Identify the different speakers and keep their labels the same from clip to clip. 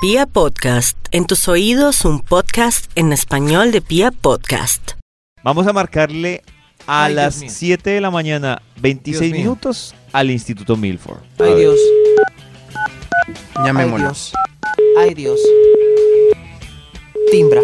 Speaker 1: Pia Podcast, en tus oídos un podcast en español de Pia Podcast.
Speaker 2: Vamos a marcarle a
Speaker 3: Ay, Dios
Speaker 2: las
Speaker 3: mío.
Speaker 2: 7 de la mañana, 26
Speaker 3: Dios mío.
Speaker 2: minutos, al Instituto Milford.
Speaker 3: Ay Dios,
Speaker 4: Ya me
Speaker 3: ay
Speaker 4: mola.
Speaker 3: Dios, ay Dios. Timbra,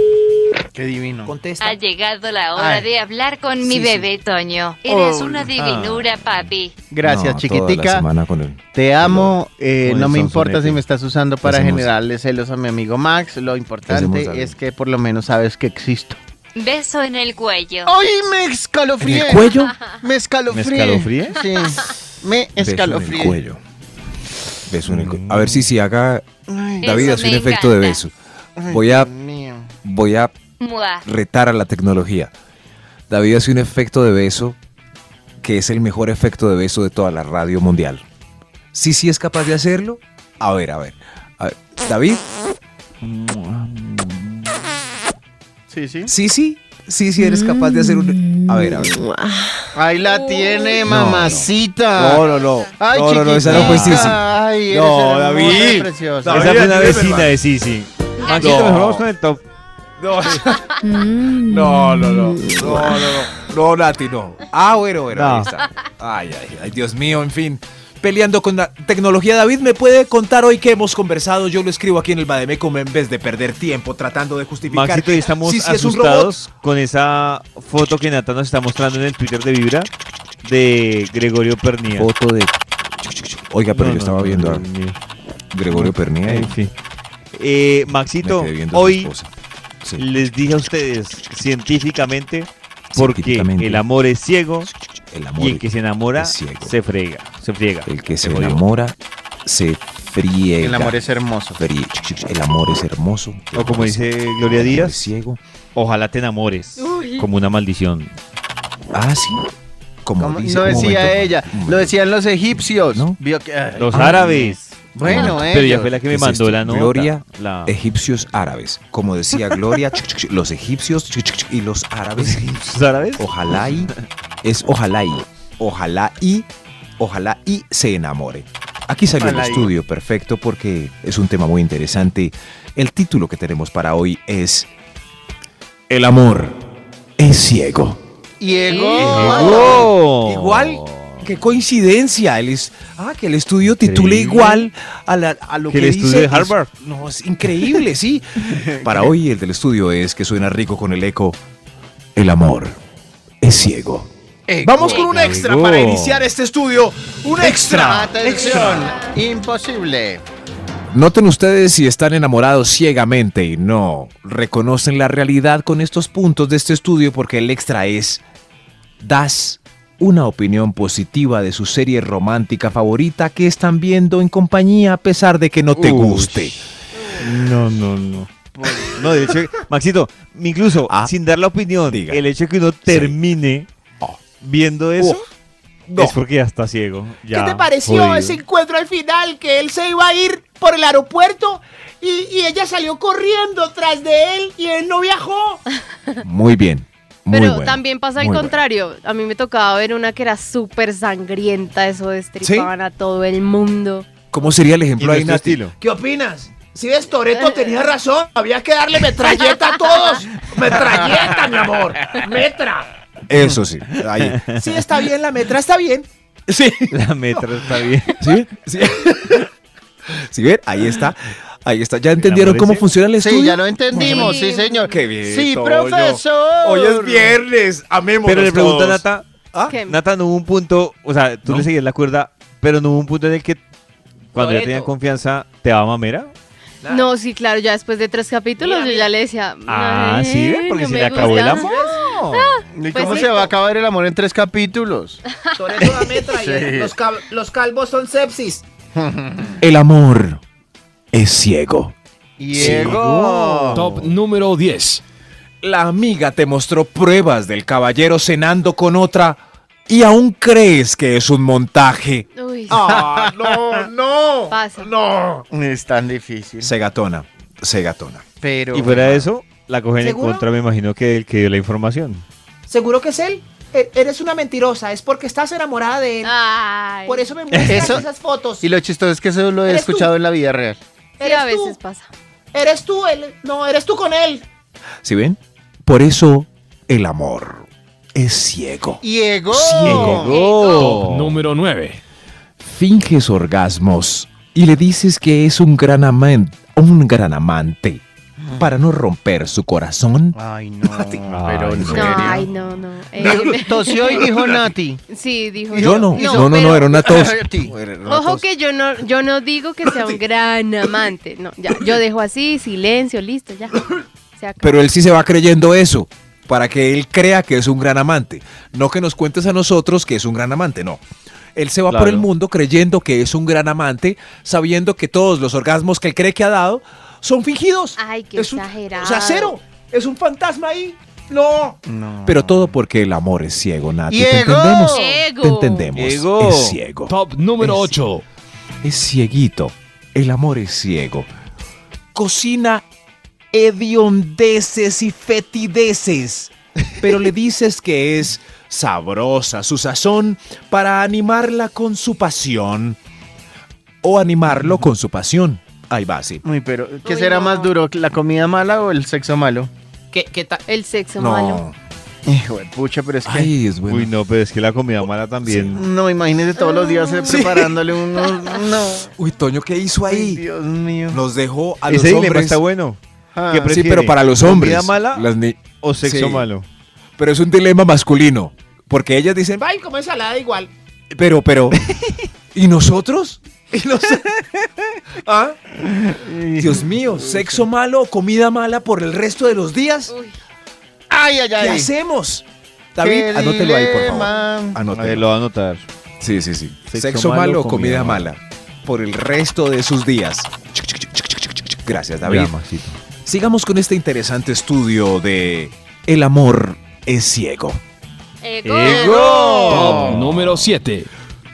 Speaker 4: Qué divino.
Speaker 3: contesta.
Speaker 5: Ha llegado la hora
Speaker 4: Ay.
Speaker 5: de hablar con mi
Speaker 3: Sí, sí.
Speaker 5: bebé Toño. Eres
Speaker 4: Oh.
Speaker 5: una
Speaker 6: Ah.
Speaker 5: divinura, papi.
Speaker 4: Gracias,
Speaker 6: No, Toda la
Speaker 4: chiquitica.
Speaker 6: semana con él.
Speaker 4: Te amo. eh,
Speaker 6: Con el
Speaker 4: no me importa
Speaker 6: sonsonete.
Speaker 4: si me estás usando para
Speaker 6: Hacemos-
Speaker 4: generarle celos a mi amigo Max. Lo
Speaker 6: Hacemos
Speaker 4: importante
Speaker 6: algo.
Speaker 4: es que por lo menos sabes que existo.
Speaker 5: Beso en el cuello.
Speaker 6: Oh.
Speaker 4: ¡Ay, me escalofrié!
Speaker 6: ¿En el cuello?
Speaker 4: Me escalofrié.
Speaker 2: ¿Me escalofrié?
Speaker 4: Sí. Me
Speaker 6: Beso en el
Speaker 4: escalofrié.
Speaker 6: cuello. Beso en el cuello. A ver si si haga
Speaker 4: Ay,
Speaker 6: David
Speaker 5: Eso
Speaker 6: hace un
Speaker 5: me
Speaker 6: efecto de
Speaker 5: encanta.
Speaker 6: beso.
Speaker 4: ay,
Speaker 6: Voy a,
Speaker 4: Dios mío.
Speaker 6: voy a
Speaker 5: Mua.
Speaker 6: retar a la tecnología. David hace un efecto de beso que es el mejor efecto de beso de toda la radio mundial. Si sí es capaz de hacerlo, a ver, a ver. A ver, David,
Speaker 4: Sí, sí.
Speaker 6: sí, sí, sí, sí eres capaz de hacer un... A ver, a ver.
Speaker 4: Ahí la tiene,
Speaker 6: No,
Speaker 4: mamacita.
Speaker 6: no, no.
Speaker 4: Ay,
Speaker 6: no, no, no, esa no fue
Speaker 4: chiquitica.
Speaker 6: Sisi.
Speaker 4: Ay, eres
Speaker 2: No,
Speaker 4: hermosa,
Speaker 2: David.
Speaker 4: preciosa.
Speaker 2: Esa fue una vecina eh, de Sisi. Maxito, mejor vamos con el top.
Speaker 6: No, no, no. No, no, no. No, Nati, no. Ah, bueno, bueno.
Speaker 2: No.
Speaker 6: ahí está. Ay, ay, ay, Dios mío, en fin. Peleando con la tecnología, David, ¿me puede contar hoy qué hemos conversado? Yo lo escribo aquí en el Bademecum en vez de perder tiempo tratando de justificar.
Speaker 2: Maxito, y estamos
Speaker 6: Sí, sí, es un
Speaker 2: asustados con esa foto que Nata nos está mostrando en el Twitter de Vibra de Gregorio Pernía.
Speaker 6: Foto de. Oiga, pero
Speaker 2: No,
Speaker 6: yo
Speaker 2: no,
Speaker 6: estaba
Speaker 2: no,
Speaker 6: viendo
Speaker 2: no,
Speaker 6: a
Speaker 2: no, no.
Speaker 6: Gregorio Pernier.
Speaker 2: En fin. Eh, Maxito, hoy les dije a ustedes científicamente porque
Speaker 6: Científicamente.
Speaker 2: el amor es ciego
Speaker 6: el
Speaker 2: y el que se enamora
Speaker 6: es ciego.
Speaker 2: se frega, se friega.
Speaker 6: se
Speaker 2: jodió.
Speaker 6: enamora se friega.
Speaker 4: El amor es hermoso.
Speaker 6: Feri- El amor es hermoso. el
Speaker 2: O como
Speaker 6: amor es-
Speaker 2: dice
Speaker 6: el
Speaker 2: Gloria
Speaker 6: amor es
Speaker 2: Díaz,
Speaker 6: Ciego.
Speaker 2: ojalá te enamores, como una maldición.
Speaker 6: Ah, sí. Como
Speaker 4: Como-
Speaker 6: dice-
Speaker 4: no
Speaker 6: un
Speaker 4: decía
Speaker 6: momento,
Speaker 4: ella,
Speaker 6: un
Speaker 4: lo
Speaker 6: momento.
Speaker 4: decían los egipcios.
Speaker 6: ¿No?
Speaker 4: Vio que- ay,
Speaker 2: Los
Speaker 6: Ah,
Speaker 2: árabes.
Speaker 4: bueno,
Speaker 2: Pero ya
Speaker 4: ellos.
Speaker 2: fue la que
Speaker 6: ¿Qué
Speaker 2: me
Speaker 6: es
Speaker 2: mandó
Speaker 6: esto?
Speaker 2: la nota.
Speaker 6: Gloria,
Speaker 2: la-
Speaker 6: Egipcios árabes. Como decía Gloria, los egipcios y los árabes.
Speaker 2: ¿Los árabes?
Speaker 6: Ojalá y es ojalá y ojalá y ojalá y se enamore. Aquí salió
Speaker 4: Ojalá
Speaker 6: el
Speaker 4: y.
Speaker 6: estudio perfecto porque es un tema muy interesante. El título que tenemos para hoy es El amor es ciego.
Speaker 4: Diego.
Speaker 2: ¡Oh!
Speaker 6: Igual, qué coincidencia. El es, ah, que el estudio titule
Speaker 2: Increíble.
Speaker 6: igual a, la- a lo
Speaker 2: Que
Speaker 6: que,
Speaker 2: el estudio
Speaker 6: dice.
Speaker 2: de Harvard.
Speaker 6: Es- no, es increíble, sí. Para hoy el del estudio es que suena rico con el eco. El amor es ciego. Vamos con un extra para
Speaker 2: Ego.
Speaker 6: iniciar este estudio. Un extra.
Speaker 4: Atención. Imposible.
Speaker 6: Noten ustedes si están enamorados ciegamente y no reconocen la realidad con estos puntos de este estudio porque el extra es das una opinión positiva de su serie romántica favorita que están viendo en compañía a pesar de que no te
Speaker 2: Ush.
Speaker 6: guste.
Speaker 2: No, no, no. No, de hecho, Maxito, incluso
Speaker 6: Ah.
Speaker 2: sin dar la opinión,
Speaker 6: Diga.
Speaker 2: el hecho de que uno termine
Speaker 6: Oh.
Speaker 2: viendo eso
Speaker 6: Uf, no.
Speaker 2: es porque ya está ciego. ya
Speaker 7: ¿Qué te pareció
Speaker 2: jodido.
Speaker 7: ese encuentro al final? Que él se iba a ir por el aeropuerto y, y ella salió corriendo tras de él y él no viajó.
Speaker 6: Muy bien. muy
Speaker 8: Pero
Speaker 6: bueno,
Speaker 8: también pasa al
Speaker 6: muy bueno.
Speaker 8: contrario. A mí me tocaba ver una que era súper sangrienta, eso destripaban a todo el mundo.
Speaker 6: ¿Cómo sería el ejemplo
Speaker 2: Y
Speaker 6: ahí,
Speaker 2: nuestro
Speaker 6: Nati?
Speaker 2: estilo.
Speaker 7: ¿Qué opinas? Si ves, Toreto tenía razón. Había que darle metralleta a todos. Metralleta, mi amor. Metra.
Speaker 6: Eso sí. ahí.
Speaker 7: Sí, está bien, la metra está bien.
Speaker 2: La metra está bien.
Speaker 6: ¿Sí? ¿Sí? ¿Sí ven? Ahí está. Ahí está. ¿Ya entendieron
Speaker 2: amor es
Speaker 6: cómo
Speaker 2: ciego.
Speaker 6: funciona el estudio?
Speaker 4: Sí, ya lo entendimos, sí,
Speaker 8: Sí.
Speaker 4: señor.
Speaker 6: Qué bien,
Speaker 4: Sí,
Speaker 6: Toño.
Speaker 4: profesor.
Speaker 6: viernes. Amémonos
Speaker 2: Pero le pregunto a Nata,
Speaker 8: Que-
Speaker 2: Nata, no hubo un punto, o sea, tú le seguías la cuerda, pero no hubo un punto en el que cuando ya
Speaker 7: Bueno.
Speaker 2: tenían confianza, ¿te va a mamera?
Speaker 8: No, sí, claro, ya después de tres capítulos
Speaker 7: Mira,
Speaker 8: yo ya le decía.
Speaker 2: Ah,
Speaker 8: "Ay,
Speaker 2: sí, ¿ven? porque
Speaker 8: no
Speaker 2: se
Speaker 8: me
Speaker 2: le acabó el
Speaker 8: gusta".
Speaker 2: amor.
Speaker 4: ¿Y
Speaker 8: Pues
Speaker 4: cómo
Speaker 8: sí.
Speaker 4: se va a acabar el amor en tres capítulos?
Speaker 7: Toreto da metra y
Speaker 4: Sí.
Speaker 7: él- los, cal- los calvos son sepsis.
Speaker 6: El amor es ciego.
Speaker 4: Diego.
Speaker 9: Top número 10.
Speaker 6: La amiga te mostró pruebas del caballero cenando con otra y aún crees que es un montaje.
Speaker 8: Uy,
Speaker 7: Ah, no, no.
Speaker 8: Pasa.
Speaker 7: No.
Speaker 4: Es tan difícil.
Speaker 6: Se gatona, se gatona.
Speaker 4: Pero.
Speaker 2: Y fuera de eso, la cogen en
Speaker 7: ¿Seguro?
Speaker 2: contra, me imagino que el que dio la información.
Speaker 7: ¿Seguro que es él? E- Eres una mentirosa. Es porque estás enamorada de él.
Speaker 8: ay.
Speaker 7: Por eso me muestras
Speaker 4: Eso-
Speaker 7: esas fotos.
Speaker 4: Y lo chistoso es que eso lo he
Speaker 7: Eres
Speaker 4: escuchado
Speaker 7: tú.
Speaker 4: en la vida real.
Speaker 8: Sí, a
Speaker 7: ¿Eres tú?
Speaker 8: veces pasa.
Speaker 7: Eres tú, él. No, eres tú con él.
Speaker 6: ¿Sí ven? Por eso el amor es ciego.
Speaker 4: Diego.
Speaker 6: Ciego.
Speaker 3: Top número 9.
Speaker 6: Finges orgasmos y le dices que es un gran amante, un gran amante para no romper su corazón.
Speaker 4: Ay, no. Pero en
Speaker 8: No,
Speaker 4: serio.
Speaker 8: ay, no, no. Eh,
Speaker 4: Dijo- Tosió y dijo Nati.
Speaker 8: sí, dijo.
Speaker 6: Yo no,
Speaker 8: No,
Speaker 6: no, no, no,
Speaker 8: pero-
Speaker 6: era una tos.
Speaker 4: Nati.
Speaker 8: Ojo que yo no, yo no digo que sea un gran amante. No, ya, yo dejo así, silencio, listo, ya. Se acabó.
Speaker 6: Pero él sí se va creyendo eso, para que él crea que es un gran amante. No que nos cuentes a nosotros que es un gran amante, no. Él se va por el
Speaker 2: Claro.
Speaker 6: mundo creyendo que es un gran amante, sabiendo que todos los orgasmos que él cree que ha dado son fingidos.
Speaker 8: Ay, qué
Speaker 7: Es un-
Speaker 8: exagerado.
Speaker 7: O sea, cero. Es un fantasma ahí. No.
Speaker 4: No.
Speaker 6: Pero todo porque el amor es ciego, Nati. ¿Te
Speaker 4: Ciego.
Speaker 6: entendemos?
Speaker 8: Ciego.
Speaker 6: Te entendemos.
Speaker 2: Ciego.
Speaker 6: Es ciego.
Speaker 3: Top número
Speaker 6: Es-
Speaker 3: 8.
Speaker 6: Es cieguito. El amor es ciego. Cocina hediondeces y fetideces. Pero le dices que es sabrosa su sazón para animarla con su pasión. O animarlo con su pasión. Ahí va, sí.
Speaker 4: Uy, pero ¿qué
Speaker 8: Uy,
Speaker 4: será
Speaker 8: no.
Speaker 4: más duro? ¿La comida mala o el sexo malo?
Speaker 7: ¿Qué, qué tal?
Speaker 8: El sexo malo.
Speaker 6: No.
Speaker 4: Hijo de pucha, pero es que.
Speaker 6: Ay, es bueno.
Speaker 2: Uy, no, pero es que la comida mala también.
Speaker 4: No, imagínese todos los días eh,
Speaker 6: Sí.
Speaker 4: preparándole uno. No.
Speaker 6: Uy, Toño, ¿qué hizo
Speaker 4: Ay,
Speaker 6: ahí?
Speaker 4: Dios mío.
Speaker 6: Nos dejó a
Speaker 2: Ese
Speaker 6: los
Speaker 2: dilema
Speaker 6: hombres.
Speaker 2: está bueno.
Speaker 4: Ah,
Speaker 2: ¿Qué
Speaker 6: Sí,
Speaker 2: prefiere?
Speaker 6: pero para los
Speaker 2: ¿Comida
Speaker 6: hombres.
Speaker 2: mala?
Speaker 6: Las ni-
Speaker 2: O sexo
Speaker 6: Sí.
Speaker 2: malo.
Speaker 6: Pero es un dilema masculino. Porque ellas dicen,
Speaker 7: Ay, como ensalada igual.
Speaker 6: Pero, pero. ¿Y nosotros? ¿Y nos- ¿Ah? Dios mío, sexo malo o comida mala por el resto de los días.
Speaker 8: Uy,
Speaker 4: Ay, ay, ay.
Speaker 6: ¿Qué hacemos? David,
Speaker 4: Qué
Speaker 6: anótelo ahí, por favor.
Speaker 4: dilema.
Speaker 2: A ver, lo
Speaker 6: Anótelo.
Speaker 2: va a anotar.
Speaker 6: Sí, sí, sí. Sexo,
Speaker 2: Sexo
Speaker 6: malo
Speaker 2: malo
Speaker 6: o comida
Speaker 2: comida
Speaker 6: mala. por el resto de sus días. Gracias, David.
Speaker 2: Ya, Maxito.
Speaker 6: Sigamos con este interesante estudio de El amor es ciego.
Speaker 5: Ego.
Speaker 6: Oh.
Speaker 3: Top número 7.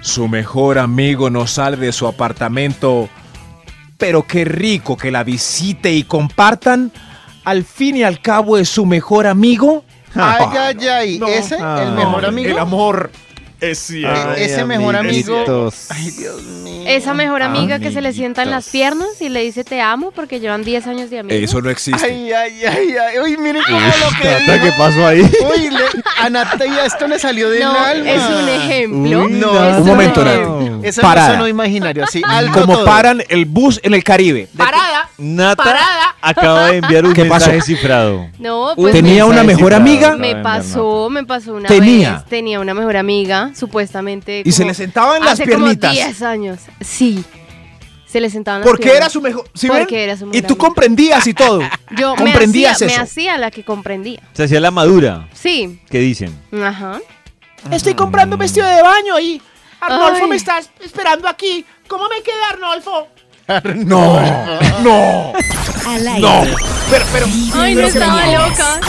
Speaker 6: Su mejor amigo no sale de su apartamento. Pero qué rico que la visite y compartan. Al fin y al cabo es su mejor amigo.
Speaker 4: Ay,
Speaker 6: Ah,
Speaker 4: ay, ay. ¿Ese? ¿El
Speaker 2: Ah,
Speaker 4: mejor
Speaker 2: no,
Speaker 4: amigo?
Speaker 6: El amor es
Speaker 4: Ah.
Speaker 6: ciego.
Speaker 4: Ay, ese mejor amigo.
Speaker 2: amiguitos.
Speaker 4: Ay, Dios mío.
Speaker 6: Ah,
Speaker 8: Esa mejor amiga que se le sienta en las
Speaker 2: Amiguitos.
Speaker 8: piernas y le dice te amo porque llevan 10 años de amigos.
Speaker 6: Eso no existe.
Speaker 4: Ay, ay, ay, ay. Uy, miren cómo lo que
Speaker 2: Tata, ¿Qué
Speaker 4: dijo.
Speaker 2: pasó ahí?
Speaker 4: Uy, le, a Natalia esto le salió del
Speaker 8: no,
Speaker 4: alma.
Speaker 8: es un ejemplo.
Speaker 2: Uy,
Speaker 4: No,
Speaker 8: Es
Speaker 4: un
Speaker 6: momento,
Speaker 8: ejemplo.
Speaker 4: Eso
Speaker 6: Parada.
Speaker 4: no sonó imaginario, así. alto
Speaker 6: Como
Speaker 4: todo.
Speaker 6: paran el bus en el Caribe.
Speaker 7: Parada.
Speaker 2: Nata
Speaker 7: Parada.
Speaker 2: acaba de enviar un
Speaker 6: ¿Qué pasó?
Speaker 2: mensaje cifrado.
Speaker 8: No, pues
Speaker 6: Tenía
Speaker 8: me-
Speaker 6: una mejor amiga
Speaker 8: Me pasó, me pasó una
Speaker 6: Tenía.
Speaker 8: vez. Tenía una mejor amiga, supuestamente.
Speaker 6: y se
Speaker 8: como-
Speaker 6: le sentaba en las
Speaker 8: hace
Speaker 6: piernitas.
Speaker 8: como 10 años. Sí. Se le sentaban las
Speaker 6: Porque
Speaker 8: piernas.
Speaker 6: era su mejor. ¿sí ven?
Speaker 8: Porque era su mejor
Speaker 6: Y tú
Speaker 8: amigo.
Speaker 6: comprendías y todo.
Speaker 8: Yo
Speaker 6: comprendías
Speaker 8: me hacía,
Speaker 6: eso.
Speaker 8: Me hacía la que comprendía.
Speaker 2: Se hacía la madura.
Speaker 8: Sí.
Speaker 2: ¿Qué dicen?
Speaker 8: Ajá.
Speaker 7: Estoy comprando un vestido de baño y Arnolfo
Speaker 8: Ay.
Speaker 7: me está esperando aquí. ¿Cómo me queda, Arnolfo?
Speaker 6: No, no,
Speaker 1: Al aire.
Speaker 6: no.
Speaker 8: Ay, no
Speaker 1: las
Speaker 8: estaba
Speaker 1: mañanas.
Speaker 8: loca.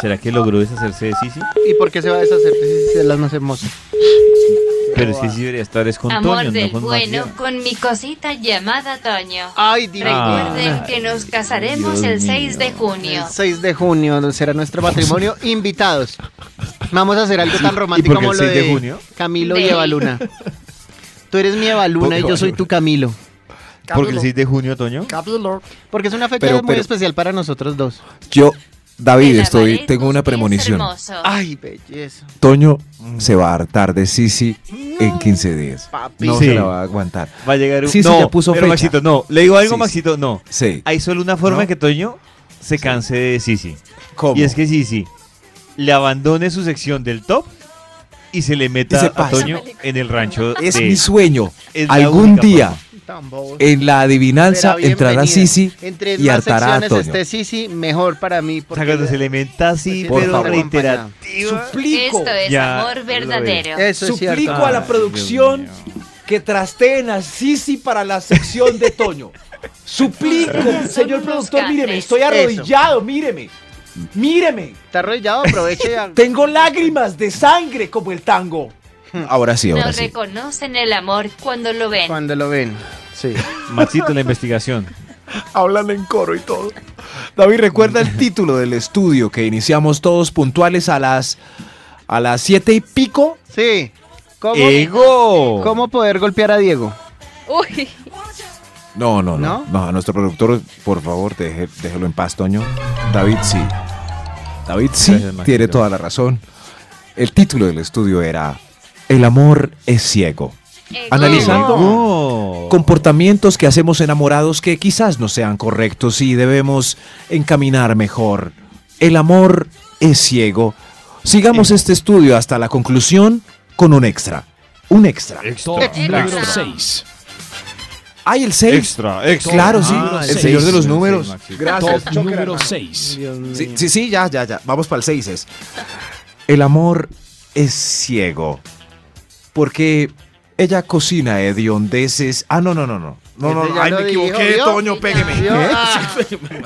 Speaker 2: ¿Será que logró deshacerse de Sisi?
Speaker 4: ¿Y por qué se va a deshacer si se las más hermosas?
Speaker 2: Pero Sisi debería estar es con
Speaker 5: Amor
Speaker 2: Toño,
Speaker 5: del
Speaker 2: no con
Speaker 5: bueno,
Speaker 2: Matías.
Speaker 5: con mi cosita llamada Toño.
Speaker 6: Ah.
Speaker 4: Ay, divino.
Speaker 5: Recuerden que nos casaremos
Speaker 2: Dios
Speaker 5: el 6 de
Speaker 2: mío.
Speaker 5: junio.
Speaker 4: El 6 de junio será nuestro matrimonio. Invitados. Vamos a hacer algo tan romántico
Speaker 2: por qué
Speaker 4: como
Speaker 2: el
Speaker 4: lo
Speaker 2: 6
Speaker 4: de,
Speaker 2: de junio?
Speaker 4: Camilo y
Speaker 5: De-
Speaker 4: Evaluna. Tú eres mi Evaluna y yo soy tu Camilo.
Speaker 2: Porque el 6 de junio, Toño.
Speaker 4: Porque es una fecha
Speaker 6: Pero-
Speaker 4: muy
Speaker 6: pero-
Speaker 4: especial para nosotros dos.
Speaker 6: Yo, David,
Speaker 5: El
Speaker 6: estoy,
Speaker 5: amarillo
Speaker 6: tengo una
Speaker 5: es
Speaker 6: premonición. Ah,
Speaker 5: hermoso.
Speaker 4: Ay, belleza.
Speaker 6: Toño
Speaker 4: Mm.
Speaker 6: se va a hartar de Sisi en 15 días.
Speaker 4: Papi.
Speaker 6: No
Speaker 2: Sí.
Speaker 6: se la va a aguantar.
Speaker 2: Va a llegar un...
Speaker 6: Sisi
Speaker 2: no,
Speaker 6: ya puso
Speaker 2: pero
Speaker 6: fecha.
Speaker 2: Maxito, no. Le digo algo,
Speaker 6: Sisi.
Speaker 2: Maxito, no.
Speaker 6: Sí.
Speaker 2: Hay solo una forma de que Toño se canse de Sisi.
Speaker 6: ¿Cómo?
Speaker 2: Y es que Sisi le abandone su sección del top y se le meta
Speaker 6: Y se
Speaker 2: a
Speaker 6: pasa.
Speaker 2: Toño en el rancho
Speaker 6: Es
Speaker 2: de
Speaker 6: mi sueño.
Speaker 2: es la
Speaker 6: Algún
Speaker 2: única
Speaker 6: día
Speaker 2: forma.
Speaker 4: Tan bobo.
Speaker 6: en la adivinanza
Speaker 4: Será
Speaker 6: entrará
Speaker 4: bienvenida.
Speaker 6: Sisi
Speaker 4: Entre
Speaker 6: y
Speaker 4: más
Speaker 6: hartará a
Speaker 4: secciones
Speaker 6: Toño.
Speaker 4: esté Sisi, mejor para mí.
Speaker 2: O
Speaker 4: porque-
Speaker 2: sea, cuando se le menta así,
Speaker 6: Por
Speaker 2: pero
Speaker 6: favor.
Speaker 2: reiterativo.
Speaker 6: Suplico,
Speaker 5: Esto es
Speaker 2: Ya
Speaker 5: amor
Speaker 2: lo
Speaker 5: verdadero.
Speaker 4: Eso es cierto.
Speaker 6: suplico a la producción que trasteen a Sisi para la sección de Toño. Suplico,
Speaker 5: Son
Speaker 6: señor
Speaker 5: unos
Speaker 6: productor, míreme,
Speaker 5: cates.
Speaker 6: estoy
Speaker 4: Eso.
Speaker 6: arrodillado, míreme. Míreme.
Speaker 4: Está arrollado, aproveche. y haga-
Speaker 6: Tengo lágrimas de sangre como el tango. Ahora sí,
Speaker 5: No reconocen el amor cuando lo ven.
Speaker 4: Cuando lo ven. Sí.
Speaker 2: Maxito, la investigación.
Speaker 6: Hablan en coro y todo. David, recuerda el título del estudio que iniciamos todos puntuales a las a las siete y pico
Speaker 4: Sí. ¿Cómo,
Speaker 2: ¡Ego!
Speaker 4: ¿Cómo poder golpear a Diego?
Speaker 8: Uy,
Speaker 6: No, no, no,
Speaker 4: ¿No?
Speaker 6: no. a nuestro productor, por favor, deje- déjelo en paz, Toño. David sí. David sí
Speaker 2: Gracias, Maxito.
Speaker 6: tiene toda la razón. El título del estudio era El amor es ciego.
Speaker 5: Ego.
Speaker 6: Analizando
Speaker 2: No.
Speaker 6: comportamientos que hacemos enamorados que quizás no sean correctos y debemos encaminar mejor. El amor es ciego. Sigamos
Speaker 2: Eh.
Speaker 6: este estudio hasta la conclusión con un extra. Un extra.
Speaker 3: Top
Speaker 5: Extra.
Speaker 3: número 6.
Speaker 6: Hay el 6.
Speaker 2: Extra, extra.
Speaker 6: Claro, sí.
Speaker 3: Ah,
Speaker 6: el
Speaker 3: el
Speaker 6: señor
Speaker 3: seis,
Speaker 6: de los
Speaker 2: el seis,
Speaker 6: números.
Speaker 2: Maxito.
Speaker 6: Gracias.
Speaker 3: Top número 6.
Speaker 6: Sí, sí, sí, ya, ya, ya. Vamos para el 6. El amor es ciego. Porque ella cocina hediondeces. Ah, no, no, no, no. No, no,
Speaker 4: Ese
Speaker 6: no.
Speaker 4: ya
Speaker 6: Ay,
Speaker 4: lo
Speaker 6: me
Speaker 4: dijo,
Speaker 6: equivoqué,
Speaker 4: ¿vio?
Speaker 6: Toño, pégueme.
Speaker 4: ¿Vio?
Speaker 6: ¿Eh?
Speaker 4: Ah,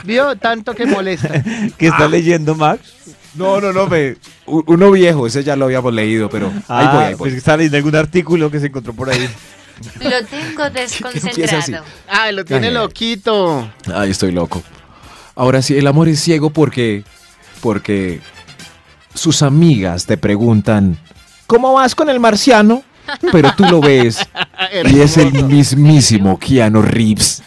Speaker 4: ¿Vio? Tanto que molesta.
Speaker 2: ¿Qué está leyendo Max?
Speaker 6: No, no, no, me- u- uno viejo, ese ya lo habíamos leído, pero ahí
Speaker 2: Ah,
Speaker 6: voy, ahí voy.
Speaker 2: Pues está leyendo algún artículo que se encontró por ahí.
Speaker 5: Lo tengo
Speaker 6: empieza así.
Speaker 5: desconcentrado.
Speaker 4: Ay, lo tiene
Speaker 6: Ay, ay.
Speaker 4: loquito.
Speaker 6: Ay, estoy loco. Ahora sí, el amor es ciego porque porque sus amigas te preguntan, "¿Cómo vas con el marciano?" Pero tú lo ves
Speaker 4: Ah,
Speaker 6: y es el mismísimo Keanu Reeves.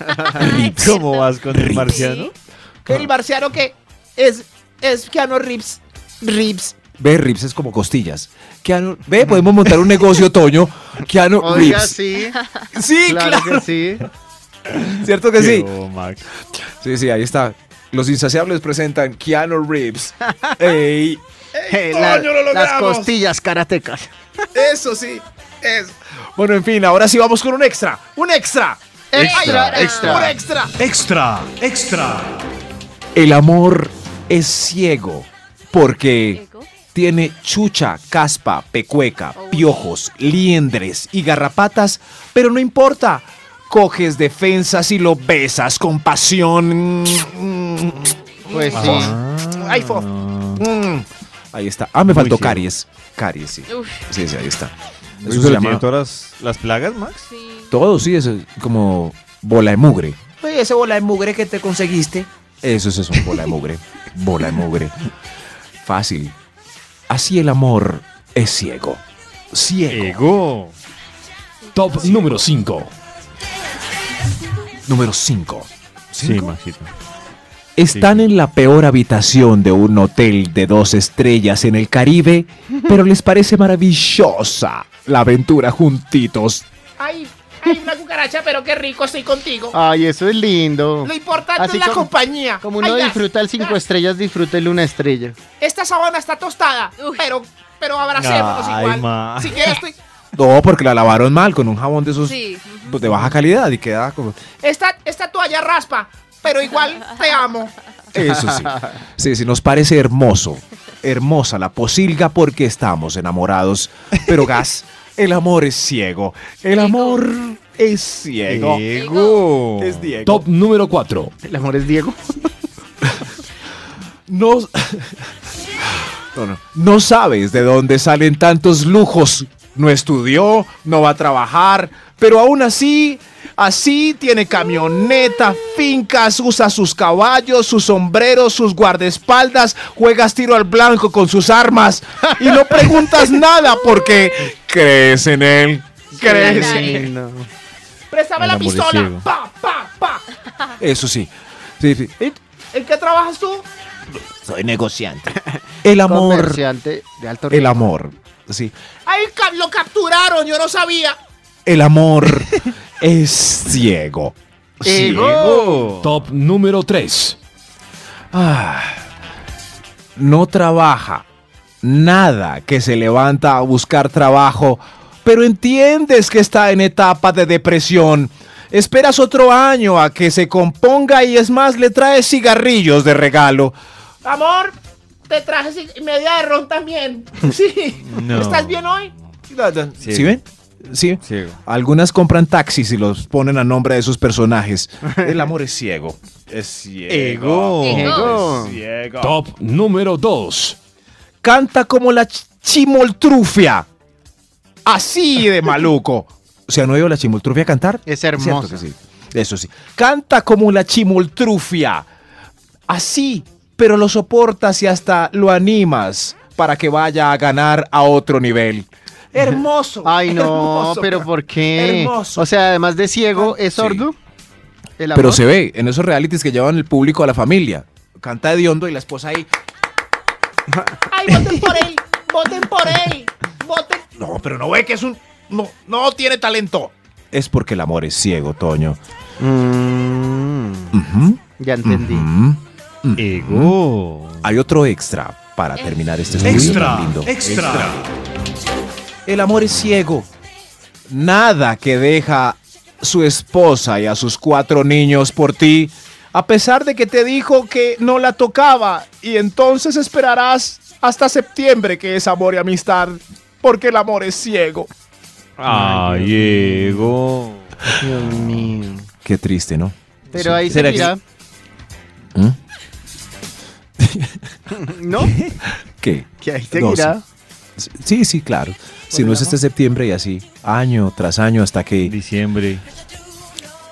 Speaker 2: ¿Cómo vas con el marciano?
Speaker 7: El marciano que es, es Keanu Reeves. Reeves.
Speaker 6: Ve, Reeves es como costillas. Keanu- ve, podemos montar un negocio, Toño. Keanu
Speaker 4: Oiga,
Speaker 6: Reeves.
Speaker 4: sí.
Speaker 6: Sí,
Speaker 4: Claro que sí.
Speaker 6: ¿Cierto que sí?
Speaker 2: Qué Max.
Speaker 6: Sí, sí, ahí está. Los insaciables presentan Keanu Reeves. Ey,
Speaker 4: Eh, la- las costillas karatecas.
Speaker 6: Eso sí, es. Bueno, en fin, ahora sí vamos con un extra. Un extra.
Speaker 4: Extra, extra.
Speaker 7: Extra.
Speaker 3: Extra, extra.
Speaker 6: El amor es ciego porque
Speaker 8: Ego.
Speaker 6: tiene chucha, caspa, pecueca, piojos, liendres y garrapatas, pero no importa. Coges defensas y lo besas con pasión.
Speaker 4: Pues sí.
Speaker 2: Ah.
Speaker 7: Ay, fo.
Speaker 6: Mm. Ahí está. Ah, me faltó
Speaker 2: ciego.
Speaker 6: caries. Caries, sí.
Speaker 8: Uf.
Speaker 6: Sí, sí, ahí está.
Speaker 2: Uy,
Speaker 6: Eso se
Speaker 2: pero
Speaker 6: llama-
Speaker 2: tiene todas las plagas, Max.
Speaker 8: sí.
Speaker 6: Todo, sí, eso es como bola de mugre.
Speaker 7: Oye, ese bola de mugre que te conseguiste.
Speaker 6: Eso es eso, bola de mugre. bola de mugre. Fácil. Así el amor es ciego. Ciego.
Speaker 2: Ego.
Speaker 3: Top número 5.
Speaker 6: Número 5.
Speaker 2: Sí, Maxito.
Speaker 6: Están en la peor habitación de un hotel de dos estrellas en el Caribe, pero les parece maravillosa la aventura juntitos.
Speaker 7: Ay, ay, una cucaracha, pero qué rico estoy contigo.
Speaker 4: Ay, eso es lindo.
Speaker 7: Lo importante
Speaker 4: Así
Speaker 7: es la
Speaker 4: como-
Speaker 7: compañía.
Speaker 4: Como uno
Speaker 7: Ay, ay,
Speaker 4: disfruta el cinco
Speaker 7: ay,
Speaker 4: estrellas, disfruta el una estrella.
Speaker 7: Esta sábana está tostada, pero, pero abracémonos
Speaker 2: Ay,
Speaker 7: igual.
Speaker 2: ma.
Speaker 7: Si quieres, estoy-
Speaker 6: No, porque la lavaron mal con un jabón de esos pues,
Speaker 8: Sí.
Speaker 6: de baja calidad y queda como...
Speaker 7: esta, esta toalla raspa, pero igual te amo.
Speaker 6: Eso sí. Sí, sí, nos parece hermoso. Hermosa la posilga porque estamos enamorados. Pero Gas, el amor es ciego. El amor es ciego.
Speaker 2: Ego.
Speaker 6: Es Diego.
Speaker 3: Top número 4.
Speaker 4: El amor es Diego.
Speaker 6: No, No, no. No sabes de dónde salen tantos lujos. No estudió, no va a trabajar, pero aún así, así tiene camioneta, fincas, usa sus caballos, sus sombreros, sus guardaespaldas, juegas tiro al blanco con sus armas y no preguntas nada porque crees en él. Crees.
Speaker 8: Sí.
Speaker 4: Ay, no.
Speaker 7: Préstame
Speaker 2: El
Speaker 7: la
Speaker 2: amor es
Speaker 7: pistola.
Speaker 2: ciego.
Speaker 7: Pa, pa, pa.
Speaker 6: Eso sí. Sí, sí.
Speaker 7: ¿En, en qué trabajas tú?
Speaker 6: Soy negociante. El amor.
Speaker 4: Comerciante de alto
Speaker 6: El
Speaker 4: riesgo.
Speaker 6: amor. Sí.
Speaker 7: Ay, ca- lo capturaron, yo no sabía.
Speaker 6: El amor es ciego.
Speaker 2: Ego.
Speaker 3: Top número 3.
Speaker 6: Ah, no trabaja. Nada que se levanta a buscar trabajo. Pero entiendes que está en etapa de depresión. Esperas otro año a que se componga y es más, le traes cigarrillos de regalo.
Speaker 7: Amor, te traje si- media de ron también. Sí.
Speaker 2: No.
Speaker 7: ¿Estás bien hoy?
Speaker 6: ¿Sí, ven? Sí.
Speaker 2: Ciego.
Speaker 6: Algunas compran taxis y los ponen a nombre de sus personajes. El amor es ciego. Es
Speaker 2: Ego.
Speaker 4: Ego.
Speaker 3: Top número 2.
Speaker 6: canta como la ch- chimoltrufia. Así de maluco. ¿Se han oído la chimoltrufia cantar?
Speaker 4: Es hermosa.
Speaker 6: Cierto que sí. Eso sí. Canta como la chimoltrufia. Así, pero lo soportas y hasta lo animas para que vaya a ganar a otro nivel. Ah,
Speaker 7: Hermoso.
Speaker 4: Ay, no,
Speaker 7: hermoso,
Speaker 4: pero
Speaker 7: ca-
Speaker 4: ¿por qué?
Speaker 7: Hermoso.
Speaker 4: O sea, además de ciego, es sordo. El
Speaker 6: Ah, Pero
Speaker 4: amor.
Speaker 6: se ve en esos realities que llevan el público a la familia. Canta de hondo y la esposa ahí.
Speaker 7: Ay, voten por él. Voten por él. Voten. No, pero no ve que es un. No, no tiene talento.
Speaker 6: Es porque el amor es ciego, Toño.
Speaker 4: Mm,
Speaker 6: Ujú,
Speaker 4: ya entendí.
Speaker 6: ujú.
Speaker 2: Ego.
Speaker 6: Hay otro extra para terminar este estudio
Speaker 3: Extra,
Speaker 6: tan lindo.
Speaker 3: extra.
Speaker 6: El amor es ciego. Nada que deja su esposa y a sus cuatro niños por ti, a pesar de que te dijo que no la tocaba y entonces esperarás hasta septiembre que es amor y amistad, porque el amor es ciego.
Speaker 2: Ay, ego.
Speaker 4: Dios mío.
Speaker 6: Qué triste, ¿no?
Speaker 4: Pero ahí se
Speaker 2: ¿Será que-
Speaker 4: mira.
Speaker 6: ¿Mm?
Speaker 4: ¿No?
Speaker 6: ¿Qué?
Speaker 4: Que ahí se
Speaker 6: No,
Speaker 4: mira.
Speaker 6: Sí, sí, claro. Si no es este septiembre y así, año tras año, hasta que,
Speaker 2: Diciembre.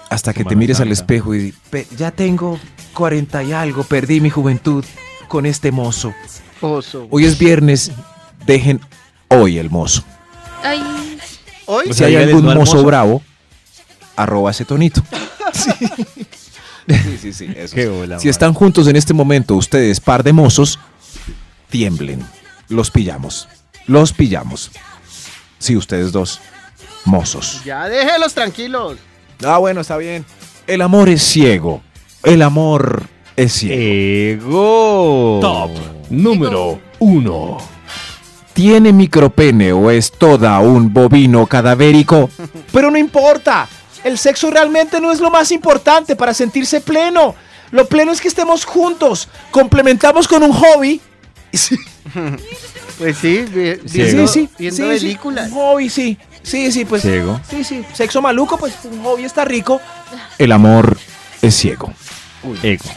Speaker 6: hasta que te
Speaker 2: Semana
Speaker 6: mires al
Speaker 2: Santa.
Speaker 6: espejo y di- "Pe- ya tengo 40 y algo, perdí mi juventud con este mozo.
Speaker 4: Oso.
Speaker 6: Hoy es viernes, dejen hoy el mozo.
Speaker 8: Ay,
Speaker 4: Hoy
Speaker 2: O
Speaker 6: Si
Speaker 2: sea,
Speaker 6: hay
Speaker 2: dígales
Speaker 6: algún
Speaker 2: no al
Speaker 6: mozo
Speaker 2: mozo.
Speaker 6: bravo, arroba ese tonito. Sí, sí, sí. eso
Speaker 2: Qué
Speaker 6: sí.
Speaker 2: bola,
Speaker 6: si
Speaker 2: madre.
Speaker 6: están juntos en este momento, ustedes, par de mozos, tiemblen. Los pillamos. Los pillamos. Sí, ustedes dos, mozos.
Speaker 4: Ya déjelos tranquilos.
Speaker 6: Ah, bueno, está bien. El amor es ciego. El amor es ciego.
Speaker 4: Eh.
Speaker 2: Ego.
Speaker 3: Top número uno.
Speaker 6: Tiene micropene o es toda un bovino cadavérico. Pero no importa. El sexo realmente no es lo más importante para sentirse pleno. Lo pleno es que estemos juntos. Complementamos con un hobby.
Speaker 4: Pues sí, vi-
Speaker 2: Sí,
Speaker 4: viendo,
Speaker 2: Ciego.
Speaker 4: viendo
Speaker 6: sí, sí,
Speaker 4: películas.
Speaker 6: un hobby, sí. Sí, sí, pues.
Speaker 2: Ciego.
Speaker 6: Sí, sí. Sexo maluco, pues un hobby está rico. El amor es ciego.
Speaker 2: Ego.